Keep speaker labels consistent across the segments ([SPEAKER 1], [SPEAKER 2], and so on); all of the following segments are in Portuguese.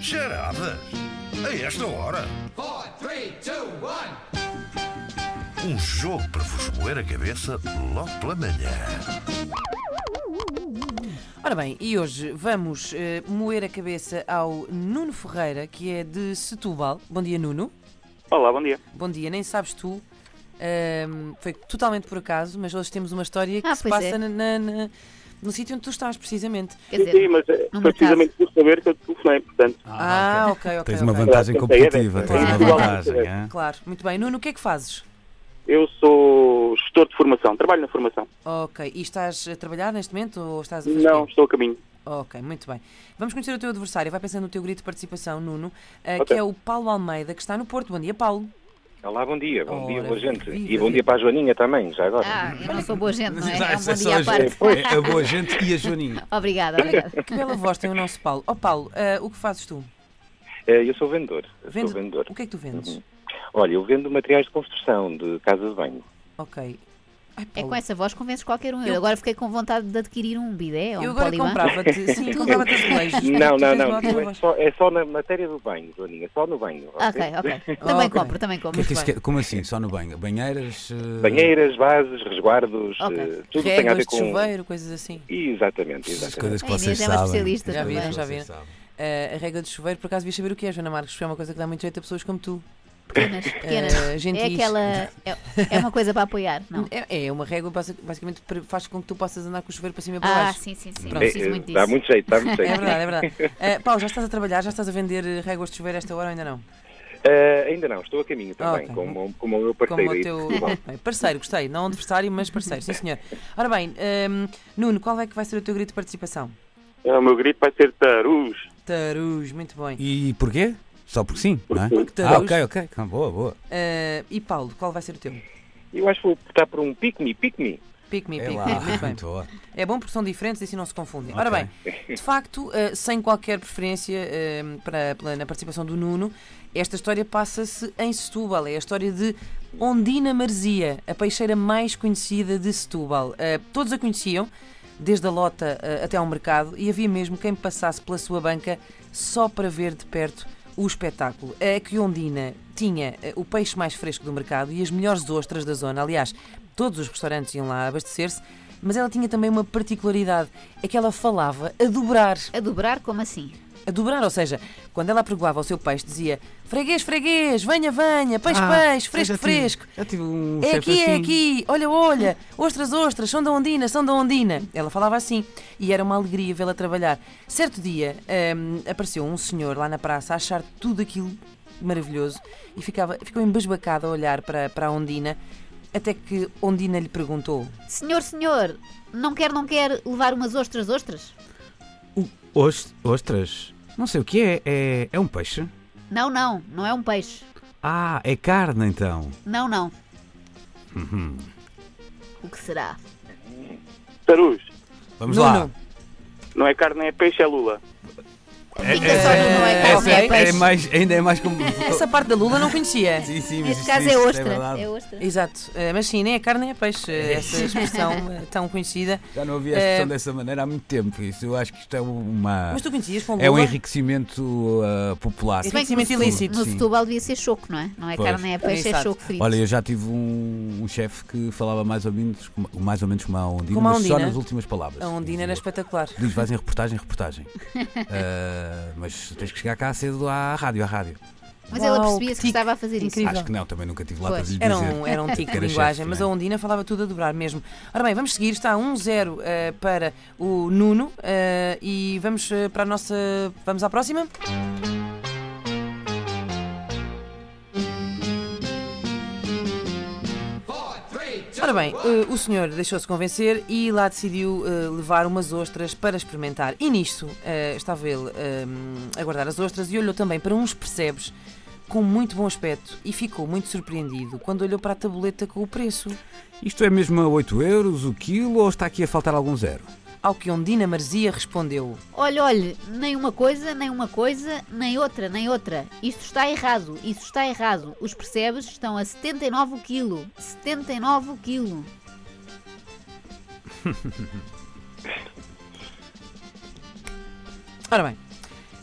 [SPEAKER 1] Charadas? A esta hora?
[SPEAKER 2] four, three, two, one.
[SPEAKER 1] Um jogo para vos moer a cabeça logo pela manhã.
[SPEAKER 3] Ora bem, e hoje vamos eh, moer a cabeça ao Nuno Ferreira, que é de Setúbal. Bom dia, Nuno.
[SPEAKER 4] Olá, bom dia.
[SPEAKER 3] Bom dia, nem sabes tu. Ahm, foi totalmente por acaso, mas hoje temos uma história que
[SPEAKER 5] Ah,
[SPEAKER 3] se
[SPEAKER 5] pois
[SPEAKER 3] passa
[SPEAKER 5] é.
[SPEAKER 3] na- na- na- no sítio onde tu estás, precisamente.
[SPEAKER 5] Quer
[SPEAKER 4] Sim, sim,
[SPEAKER 5] dizer,
[SPEAKER 4] mas eh,
[SPEAKER 5] no
[SPEAKER 4] foi precisamente por saber que eu telefonei, portanto.
[SPEAKER 3] Ah, ok, ok.
[SPEAKER 6] Tens
[SPEAKER 3] ok.
[SPEAKER 6] uma vantagem
[SPEAKER 4] Claro, tentei, é
[SPEAKER 6] competitiva,
[SPEAKER 4] bem.
[SPEAKER 6] tens uma
[SPEAKER 4] Claro.
[SPEAKER 6] vantagem. é?
[SPEAKER 3] Claro, muito bem. Nuno, o que é que fazes?
[SPEAKER 4] Eu sou gestor de formação, trabalho na formação.
[SPEAKER 3] Ok, e estás a trabalhar neste momento ou estás a fazer
[SPEAKER 4] Não,
[SPEAKER 3] quê?
[SPEAKER 4] estou a caminho.
[SPEAKER 3] Ok, muito bem. Vamos conhecer o teu adversário. Vai pensando no teu grito de participação, Nuno, eh,
[SPEAKER 4] Ok.
[SPEAKER 3] que é o Paulo Almeida, que está no Porto. Bom dia, Paulo.
[SPEAKER 7] Olá, bom dia, bom dia,
[SPEAKER 3] Ora,
[SPEAKER 7] boa gente. E
[SPEAKER 3] viva,
[SPEAKER 7] bom
[SPEAKER 3] viva.
[SPEAKER 7] dia para a Joaninha também, já agora.
[SPEAKER 5] ah, eu não sou boa gente, não é?
[SPEAKER 6] Já,
[SPEAKER 5] É um
[SPEAKER 6] isso
[SPEAKER 5] bom
[SPEAKER 6] só
[SPEAKER 5] dia à
[SPEAKER 6] a
[SPEAKER 5] parte.
[SPEAKER 6] gente. É a boa gente e a Joaninha.
[SPEAKER 5] Obrigada, obrigada.
[SPEAKER 3] Que bela voz tem o nosso Paulo. Ó Paulo, eh, o que fazes tu?
[SPEAKER 7] Eh, Eu sou vendedor, eu
[SPEAKER 3] Vende-
[SPEAKER 7] sou vendedor. Uhum.
[SPEAKER 3] O que é que tu vendes?
[SPEAKER 7] Olha, eu vendo materiais de construção, de casa de banho.
[SPEAKER 3] Ok. Ai,
[SPEAKER 5] É
[SPEAKER 3] Paulo,
[SPEAKER 5] com essa voz que convences qualquer um. Eu
[SPEAKER 3] Eu-
[SPEAKER 5] agora fiquei com vontade de adquirir um bidé ou
[SPEAKER 3] eu
[SPEAKER 5] um
[SPEAKER 3] agora
[SPEAKER 5] poliban.
[SPEAKER 3] comprava-te. Sim, comprava-te azulejos.
[SPEAKER 7] Não,
[SPEAKER 3] Tu
[SPEAKER 7] não,
[SPEAKER 3] tens
[SPEAKER 7] não,
[SPEAKER 3] uma ótima
[SPEAKER 7] não, é
[SPEAKER 3] voz.
[SPEAKER 7] só, é só na matéria do banho, Joaninha, só no banho.
[SPEAKER 5] Ok, ok. Também
[SPEAKER 3] Ok.
[SPEAKER 5] compro, também
[SPEAKER 6] O que
[SPEAKER 5] compro.
[SPEAKER 6] é que isso
[SPEAKER 3] Muito
[SPEAKER 6] quer- Como assim? Só no banho? Banheiras? eh,
[SPEAKER 7] Banheiras, vases, resguardos,
[SPEAKER 5] Ok.
[SPEAKER 7] eh, tudo que tem a
[SPEAKER 3] Réguas
[SPEAKER 7] ver
[SPEAKER 3] de
[SPEAKER 7] com...
[SPEAKER 3] chuveiro, coisas assim.
[SPEAKER 7] Exatamente,
[SPEAKER 6] As
[SPEAKER 7] exatamente.
[SPEAKER 6] coisas que
[SPEAKER 5] A Inês
[SPEAKER 6] vocês
[SPEAKER 5] é uma
[SPEAKER 6] sabem.
[SPEAKER 5] especialista
[SPEAKER 6] as
[SPEAKER 3] também.
[SPEAKER 6] coisas
[SPEAKER 3] Já
[SPEAKER 6] que
[SPEAKER 3] viram,
[SPEAKER 6] vocês sabem.
[SPEAKER 3] Eh, a regra de chuveiro, por acaso, devias saber o que é, Joana Marques, porque é uma coisa que dá muito jeito a pessoas como tu.
[SPEAKER 5] Pequenas, pequenas.
[SPEAKER 3] Eh,
[SPEAKER 5] É
[SPEAKER 3] gentis.
[SPEAKER 5] aquela. É, é uma coisa para apoiar, não?
[SPEAKER 3] É, é uma régua, basi- basicamente, para- faz com que tu possas andar com o chuveiro para cima e para
[SPEAKER 5] Ah,
[SPEAKER 3] baixo.
[SPEAKER 5] sim, sim, sim.
[SPEAKER 3] Pronto.
[SPEAKER 7] Eh,
[SPEAKER 5] Preciso muito
[SPEAKER 7] eh, Dá
[SPEAKER 5] disso.
[SPEAKER 7] muito jeito, dá muito
[SPEAKER 3] É
[SPEAKER 7] jeito.
[SPEAKER 3] verdade, é verdade. Eh, Paulo, já estás a trabalhar, já estás a vender eh, réguas de chuveiro a esta hora ou ainda não?
[SPEAKER 7] Eh, ainda não, estou a caminho também,
[SPEAKER 3] Ok.
[SPEAKER 7] como, como o meu
[SPEAKER 3] Como
[SPEAKER 7] parceiro.
[SPEAKER 3] o
[SPEAKER 7] aí.
[SPEAKER 3] teu bem, parceiro, gostei, não adversário, mas parceiro, sim senhor. Ora bem, hum, Nuno, qual é que vai ser o teu grito de participação?
[SPEAKER 7] Eh, O meu grito vai ser tarus.
[SPEAKER 3] Tarus, muito bem.
[SPEAKER 6] E porquê? Só porque sim, não é?
[SPEAKER 3] Porque
[SPEAKER 6] Ah,
[SPEAKER 3] tarus.
[SPEAKER 6] ok, ok. Ah, Boa, boa.
[SPEAKER 3] Eh, e Paulo, qual vai ser o teu?
[SPEAKER 7] Eu acho que vou optar por um pick-me, pick-me.
[SPEAKER 3] Pick me,
[SPEAKER 6] É
[SPEAKER 3] pick
[SPEAKER 6] lá,
[SPEAKER 3] me, muito bem.
[SPEAKER 6] muito boa.
[SPEAKER 3] É bom porque são diferentes e assim não se confundem. Ora bem, de facto, eh, sem qualquer preferência eh, para, pela- na participação do Nuno, esta história passa-se em Setúbal. É a história de Ondina Marzia, a peixeira mais conhecida de Setúbal. Eh, todos a conheciam, desde a lota eh, até ao mercado, e havia mesmo quem passasse pela sua banca só para ver de perto o espetáculo. A Quiondina tinha eh, o peixe mais fresco do mercado e as melhores ostras da zona. Aliás, todos os restaurantes iam lá abastecer-se, mas ela tinha também uma particularidade: é que ela falava a dobrar.
[SPEAKER 5] A dobrar, como assim?
[SPEAKER 3] A dobrar, ou seja, quando ela apregoava o seu peixe, dizia freguês, freguês, venha, venha, peixe, peixe, fresco, fresco.
[SPEAKER 6] Ah, Eu tive um
[SPEAKER 3] É
[SPEAKER 6] chefe
[SPEAKER 3] aqui, é
[SPEAKER 6] assim.
[SPEAKER 3] aqui, olha, olha, ostras, ostras, são da Ondina, são da Ondina. Ela falava assim e era uma alegria vê-la trabalhar. Certo dia hum, apareceu um senhor lá na praça a achar tudo aquilo maravilhoso e ficava, ficou embasbacado a olhar para, para a Ondina, até que Ondina lhe perguntou:
[SPEAKER 5] Senhor, senhor, não quer, não quer levar umas ostras, ostras?
[SPEAKER 6] Os- Ostras? Não sei o que é. É, é um peixe?
[SPEAKER 5] Não, não, não é um peixe.
[SPEAKER 6] Ah, é carne então.
[SPEAKER 5] Não, não.
[SPEAKER 3] Uhum.
[SPEAKER 5] O que será?
[SPEAKER 4] Tarus.
[SPEAKER 6] Vamos
[SPEAKER 3] Nuno,
[SPEAKER 6] lá.
[SPEAKER 7] Não é carne, é peixe, é lula.
[SPEAKER 5] Fica só no não é carne,
[SPEAKER 3] ok.
[SPEAKER 5] é peixe.
[SPEAKER 6] É mais, ainda é mais como.
[SPEAKER 3] essa parte da Lula não conhecia.
[SPEAKER 6] Sim, sim, mas
[SPEAKER 5] Neste
[SPEAKER 6] isto-
[SPEAKER 5] caso é
[SPEAKER 6] isto
[SPEAKER 5] ostra.
[SPEAKER 6] verdade.
[SPEAKER 5] É ostra.
[SPEAKER 3] Exato, Eh, mas sim, nem é carne nem é peixe, eh, essa expressão eh, tão conhecida.
[SPEAKER 6] Já não havia a
[SPEAKER 3] Eh,
[SPEAKER 6] expressão dessa maneira há muito tempo. Isso eu acho que isto é uma.
[SPEAKER 3] Mas tu conhecias com Lula?
[SPEAKER 6] É um enriquecimento ah, popular.
[SPEAKER 3] Se
[SPEAKER 5] bem que no
[SPEAKER 3] Enriquecimento ilícito.
[SPEAKER 5] No
[SPEAKER 6] Sim.
[SPEAKER 5] Setúbal devia ser choco, não é? Não é
[SPEAKER 6] Pois.
[SPEAKER 5] carne, é peixe, é
[SPEAKER 3] Exato.
[SPEAKER 5] choco frito.
[SPEAKER 6] Olha, eu já tive um, um chefe que falava mais ou menos, como- mais ou menos como a Ondina,
[SPEAKER 3] Como a
[SPEAKER 6] mas só
[SPEAKER 3] Ondina?
[SPEAKER 6] nas últimas palavras.
[SPEAKER 3] A Ondina era
[SPEAKER 6] Dizia,
[SPEAKER 3] espetacular.
[SPEAKER 6] Diz, vais em reportagem, reportagem. Ah, mas tens que chegar cá cedo à rádio, à rádio.
[SPEAKER 5] Mas
[SPEAKER 3] Uau,
[SPEAKER 5] ela
[SPEAKER 3] que
[SPEAKER 5] percebia se que
[SPEAKER 3] tique.
[SPEAKER 5] estava a fazer isso.
[SPEAKER 3] Incrível.
[SPEAKER 6] Acho que não, também nunca tive lá
[SPEAKER 5] Pois.
[SPEAKER 6] para lhe dizer.
[SPEAKER 3] Era um, era um tique
[SPEAKER 6] que
[SPEAKER 3] de
[SPEAKER 6] era
[SPEAKER 3] linguagem,
[SPEAKER 6] chefe,
[SPEAKER 3] mas a
[SPEAKER 6] não é?
[SPEAKER 3] Ondina falava tudo a dobrar mesmo. Ora bem, vamos seguir, está 1-0 eh, para o Nuno eh, e vamos eh, para a nossa. Vamos à próxima? Ora bem, eh, o senhor deixou-se convencer e lá decidiu eh, levar umas ostras para experimentar. E nisto eh, estava ele eh, a guardar as ostras e olhou também para uns percebes com muito bom aspecto e ficou muito surpreendido quando olhou para a tabuleta com o preço.
[SPEAKER 6] Isto é mesmo a 8 euros o quilo ou está aqui a faltar algum zero?
[SPEAKER 3] Ao que Ondina Marzia respondeu:
[SPEAKER 5] Olha, olha, nem uma coisa, nem uma coisa, nem outra, nem outra. Isto está errado, isto está errado. Os percebes estão a 79 o quilo. 79 o quilo.
[SPEAKER 3] Ora bem,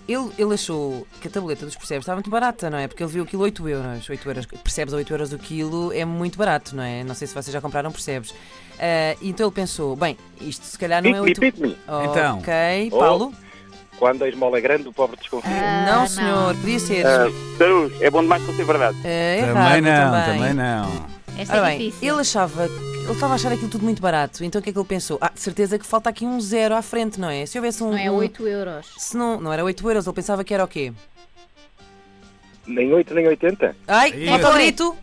[SPEAKER 3] ele, ele achou que a tableta dos percebes estava muito barata, não é? Porque ele viu aquilo 8 euros. 8 euros percebes a 8 euros o quilo é muito barato, não é? Não sei se vocês já compraram percebes. Ah, então ele pensou, bem, isto se calhar não é 8
[SPEAKER 7] Pit me, pit
[SPEAKER 6] Então.
[SPEAKER 3] Ok,
[SPEAKER 7] Oh.
[SPEAKER 3] Paulo?
[SPEAKER 7] Quando a esmola é grande, o pobre desconfia.
[SPEAKER 5] Ah,
[SPEAKER 3] não,
[SPEAKER 5] não.
[SPEAKER 3] senhor, podia ser.
[SPEAKER 4] Ah, Saúde, é bom demais para ser verdade.
[SPEAKER 3] É
[SPEAKER 6] também
[SPEAKER 3] errado
[SPEAKER 6] não,
[SPEAKER 3] também.
[SPEAKER 6] também não.
[SPEAKER 5] Esta
[SPEAKER 3] Ora
[SPEAKER 5] é
[SPEAKER 3] bem,
[SPEAKER 5] difícil.
[SPEAKER 3] ele achava. que- Ele estava a achar aquilo tudo muito barato, então o que é que ele pensou? Ah, de certeza que falta aqui um zero à frente, não é? Se houvesse um.
[SPEAKER 5] Não é
[SPEAKER 3] um-
[SPEAKER 5] 8 euros.
[SPEAKER 3] Se não, não era 8 euros, ele pensava que era o quê?
[SPEAKER 7] Nem 8, nem 80.
[SPEAKER 3] Ai,
[SPEAKER 6] É Isso.
[SPEAKER 3] falta o grito!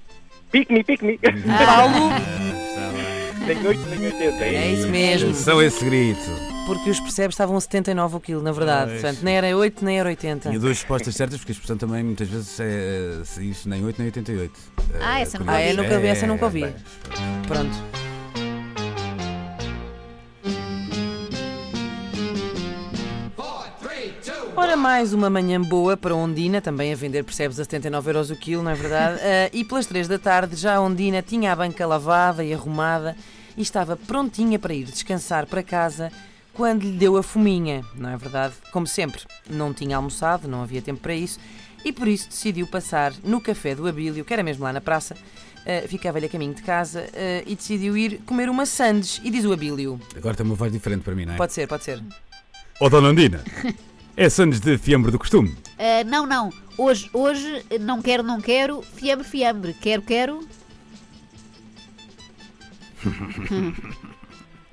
[SPEAKER 7] Pique-me, pique-me.
[SPEAKER 3] Uhum. Paulo!
[SPEAKER 7] nem 8, nem 80.
[SPEAKER 3] É isso mesmo.
[SPEAKER 6] Só esse grito.
[SPEAKER 3] Porque os percebes estavam a 79 o quilo, na verdade.
[SPEAKER 6] Pois.
[SPEAKER 3] Portanto, nem era 8, nem era 80.
[SPEAKER 6] Tinha duas respostas certas, porque a expressão também muitas vezes é eh, se diz nem 8 nem 88.
[SPEAKER 5] Ah,
[SPEAKER 6] Eh,
[SPEAKER 5] essa
[SPEAKER 6] curioso.
[SPEAKER 5] nunca ouvi.
[SPEAKER 3] Ah, eu nunca ouvi, essa eu nunca
[SPEAKER 6] é,
[SPEAKER 3] ouvi.
[SPEAKER 6] bem,
[SPEAKER 3] Pronto.
[SPEAKER 2] Four, three, two,
[SPEAKER 3] Ora, mais uma manhã boa para Ondina, também a vender percebes a 79 euros o quilo, não é verdade? Ah, e pelas 3 da tarde já a Ondina tinha a banca lavada e arrumada e estava prontinha para ir descansar para casa quando lhe deu a fominha, não é verdade? Como sempre, não tinha almoçado, não havia tempo para isso e por isso decidiu passar no café do Abílio, que era mesmo lá na praça, ah, ficava-lhe a caminho de casa ah, e decidiu ir comer uma sandes. E diz o Abílio:
[SPEAKER 6] Agora tem uma voz diferente para mim, não é?
[SPEAKER 3] Pode ser, pode ser.
[SPEAKER 8] Ó Dona Andina, é Sandes de fiambre do costume.
[SPEAKER 5] Ah, não, não. Hoje, hoje, não quero, não quero. Fiambre, fiambre. Quero, quero.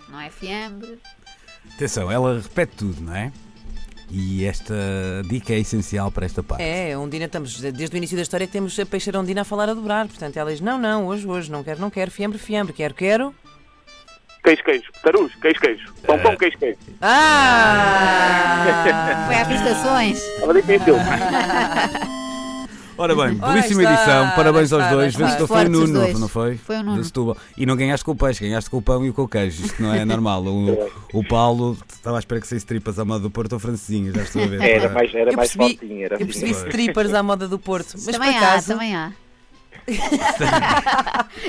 [SPEAKER 5] não é fiambre.
[SPEAKER 6] Atenção, ela repete tudo, não é? E esta dica é essencial para esta parte.
[SPEAKER 3] É, a Ondina, estamos, desde o início da história que temos a peixeira Ondina a falar a dobrar. Portanto, ela diz: não, não, hoje, hoje, não quero, não quero, fiambre, fiambre, quero, quero.
[SPEAKER 4] Queijo, queijo. Tarus, queijo, queijo. Pão,
[SPEAKER 6] É.
[SPEAKER 4] pão, queijo, queijo.
[SPEAKER 3] Ah!
[SPEAKER 5] Foi às prestações.
[SPEAKER 4] Estava difícil.
[SPEAKER 6] Ora bem,
[SPEAKER 3] Ora
[SPEAKER 6] belíssima
[SPEAKER 3] está,
[SPEAKER 6] edição, parabéns
[SPEAKER 3] ora
[SPEAKER 6] aos
[SPEAKER 3] está,
[SPEAKER 6] dois.
[SPEAKER 3] ora
[SPEAKER 6] Vencedor
[SPEAKER 5] está.
[SPEAKER 6] foi o
[SPEAKER 5] Fortes os
[SPEAKER 6] Nuno,
[SPEAKER 5] dois.
[SPEAKER 6] não foi?
[SPEAKER 5] Foi
[SPEAKER 3] um
[SPEAKER 5] o Nuno.
[SPEAKER 6] De Setúbal. E não ganhaste com o peixe, ganhaste com o pão e com o queijo. Isto não é normal. O, o Paulo estava à espera que saísse tripas à moda do Porto ou francesinha, já estou a ver.
[SPEAKER 7] Era mais, era
[SPEAKER 3] Eu
[SPEAKER 7] mais
[SPEAKER 3] percebi,
[SPEAKER 7] fortinho. Era
[SPEAKER 3] eu percebi
[SPEAKER 7] assim.
[SPEAKER 3] strippers à moda do Porto. Mas
[SPEAKER 5] também
[SPEAKER 3] por acaso,
[SPEAKER 5] há, também há.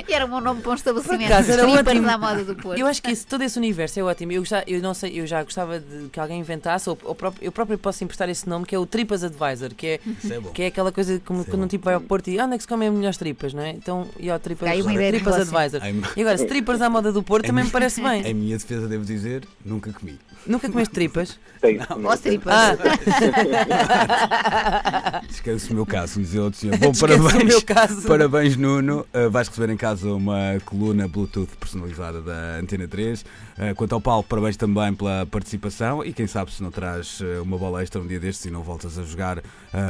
[SPEAKER 5] e era um bom nome para um
[SPEAKER 3] por
[SPEAKER 5] estabelecimento.
[SPEAKER 3] acaso era
[SPEAKER 5] Strippers
[SPEAKER 3] ótimo.
[SPEAKER 5] à moda do Porto.
[SPEAKER 3] Eu acho que esse- todo esse universo é ótimo. Eu, gostava- eu não sei, eu já gostava de que alguém inventasse, ou, ou próprio- eu próprio posso emprestar esse nome, que é o Tripas Advisor, que é,
[SPEAKER 6] Isso é bom.
[SPEAKER 3] que é aquela coisa que como, quando um tipo vai ao Porto e "Ah, onde é que se comem as melhores tripas, não é? Então, e ao Tripas,
[SPEAKER 5] Cai uma ideia de
[SPEAKER 3] tripas
[SPEAKER 5] negócio.
[SPEAKER 3] Advisor.
[SPEAKER 6] Ai, mas-
[SPEAKER 3] E agora, strippers à moda do Porto também me parece bem.
[SPEAKER 6] Em minha defesa, devo dizer, nunca comi.
[SPEAKER 3] Nunca comeste tripas?
[SPEAKER 7] Tem-
[SPEAKER 5] Ou strippers.
[SPEAKER 3] Ah,
[SPEAKER 6] Descanso o meu caso, me dizia outro senhor. Bom,
[SPEAKER 3] Descanso o
[SPEAKER 6] parabéns,
[SPEAKER 3] meu caso.
[SPEAKER 6] parabéns, Nuno. Uh, vais receber em casa uma coluna Bluetooth personalizada da Antena 3. Uh, quanto ao Paulo, parabéns também pela participação e quem sabe se não traz uh, uma bola extra um dia destes e não voltas a jogar uh,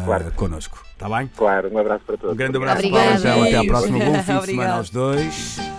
[SPEAKER 7] Claro.
[SPEAKER 6] connosco. Está bem?
[SPEAKER 7] Claro, um abraço para todos.
[SPEAKER 6] Um grande abraço,
[SPEAKER 5] Obrigada.
[SPEAKER 6] Paulo. Então, até à
[SPEAKER 3] Obrigada.
[SPEAKER 6] próxima. Bom fim de semana
[SPEAKER 3] Obrigada.
[SPEAKER 6] aos dois.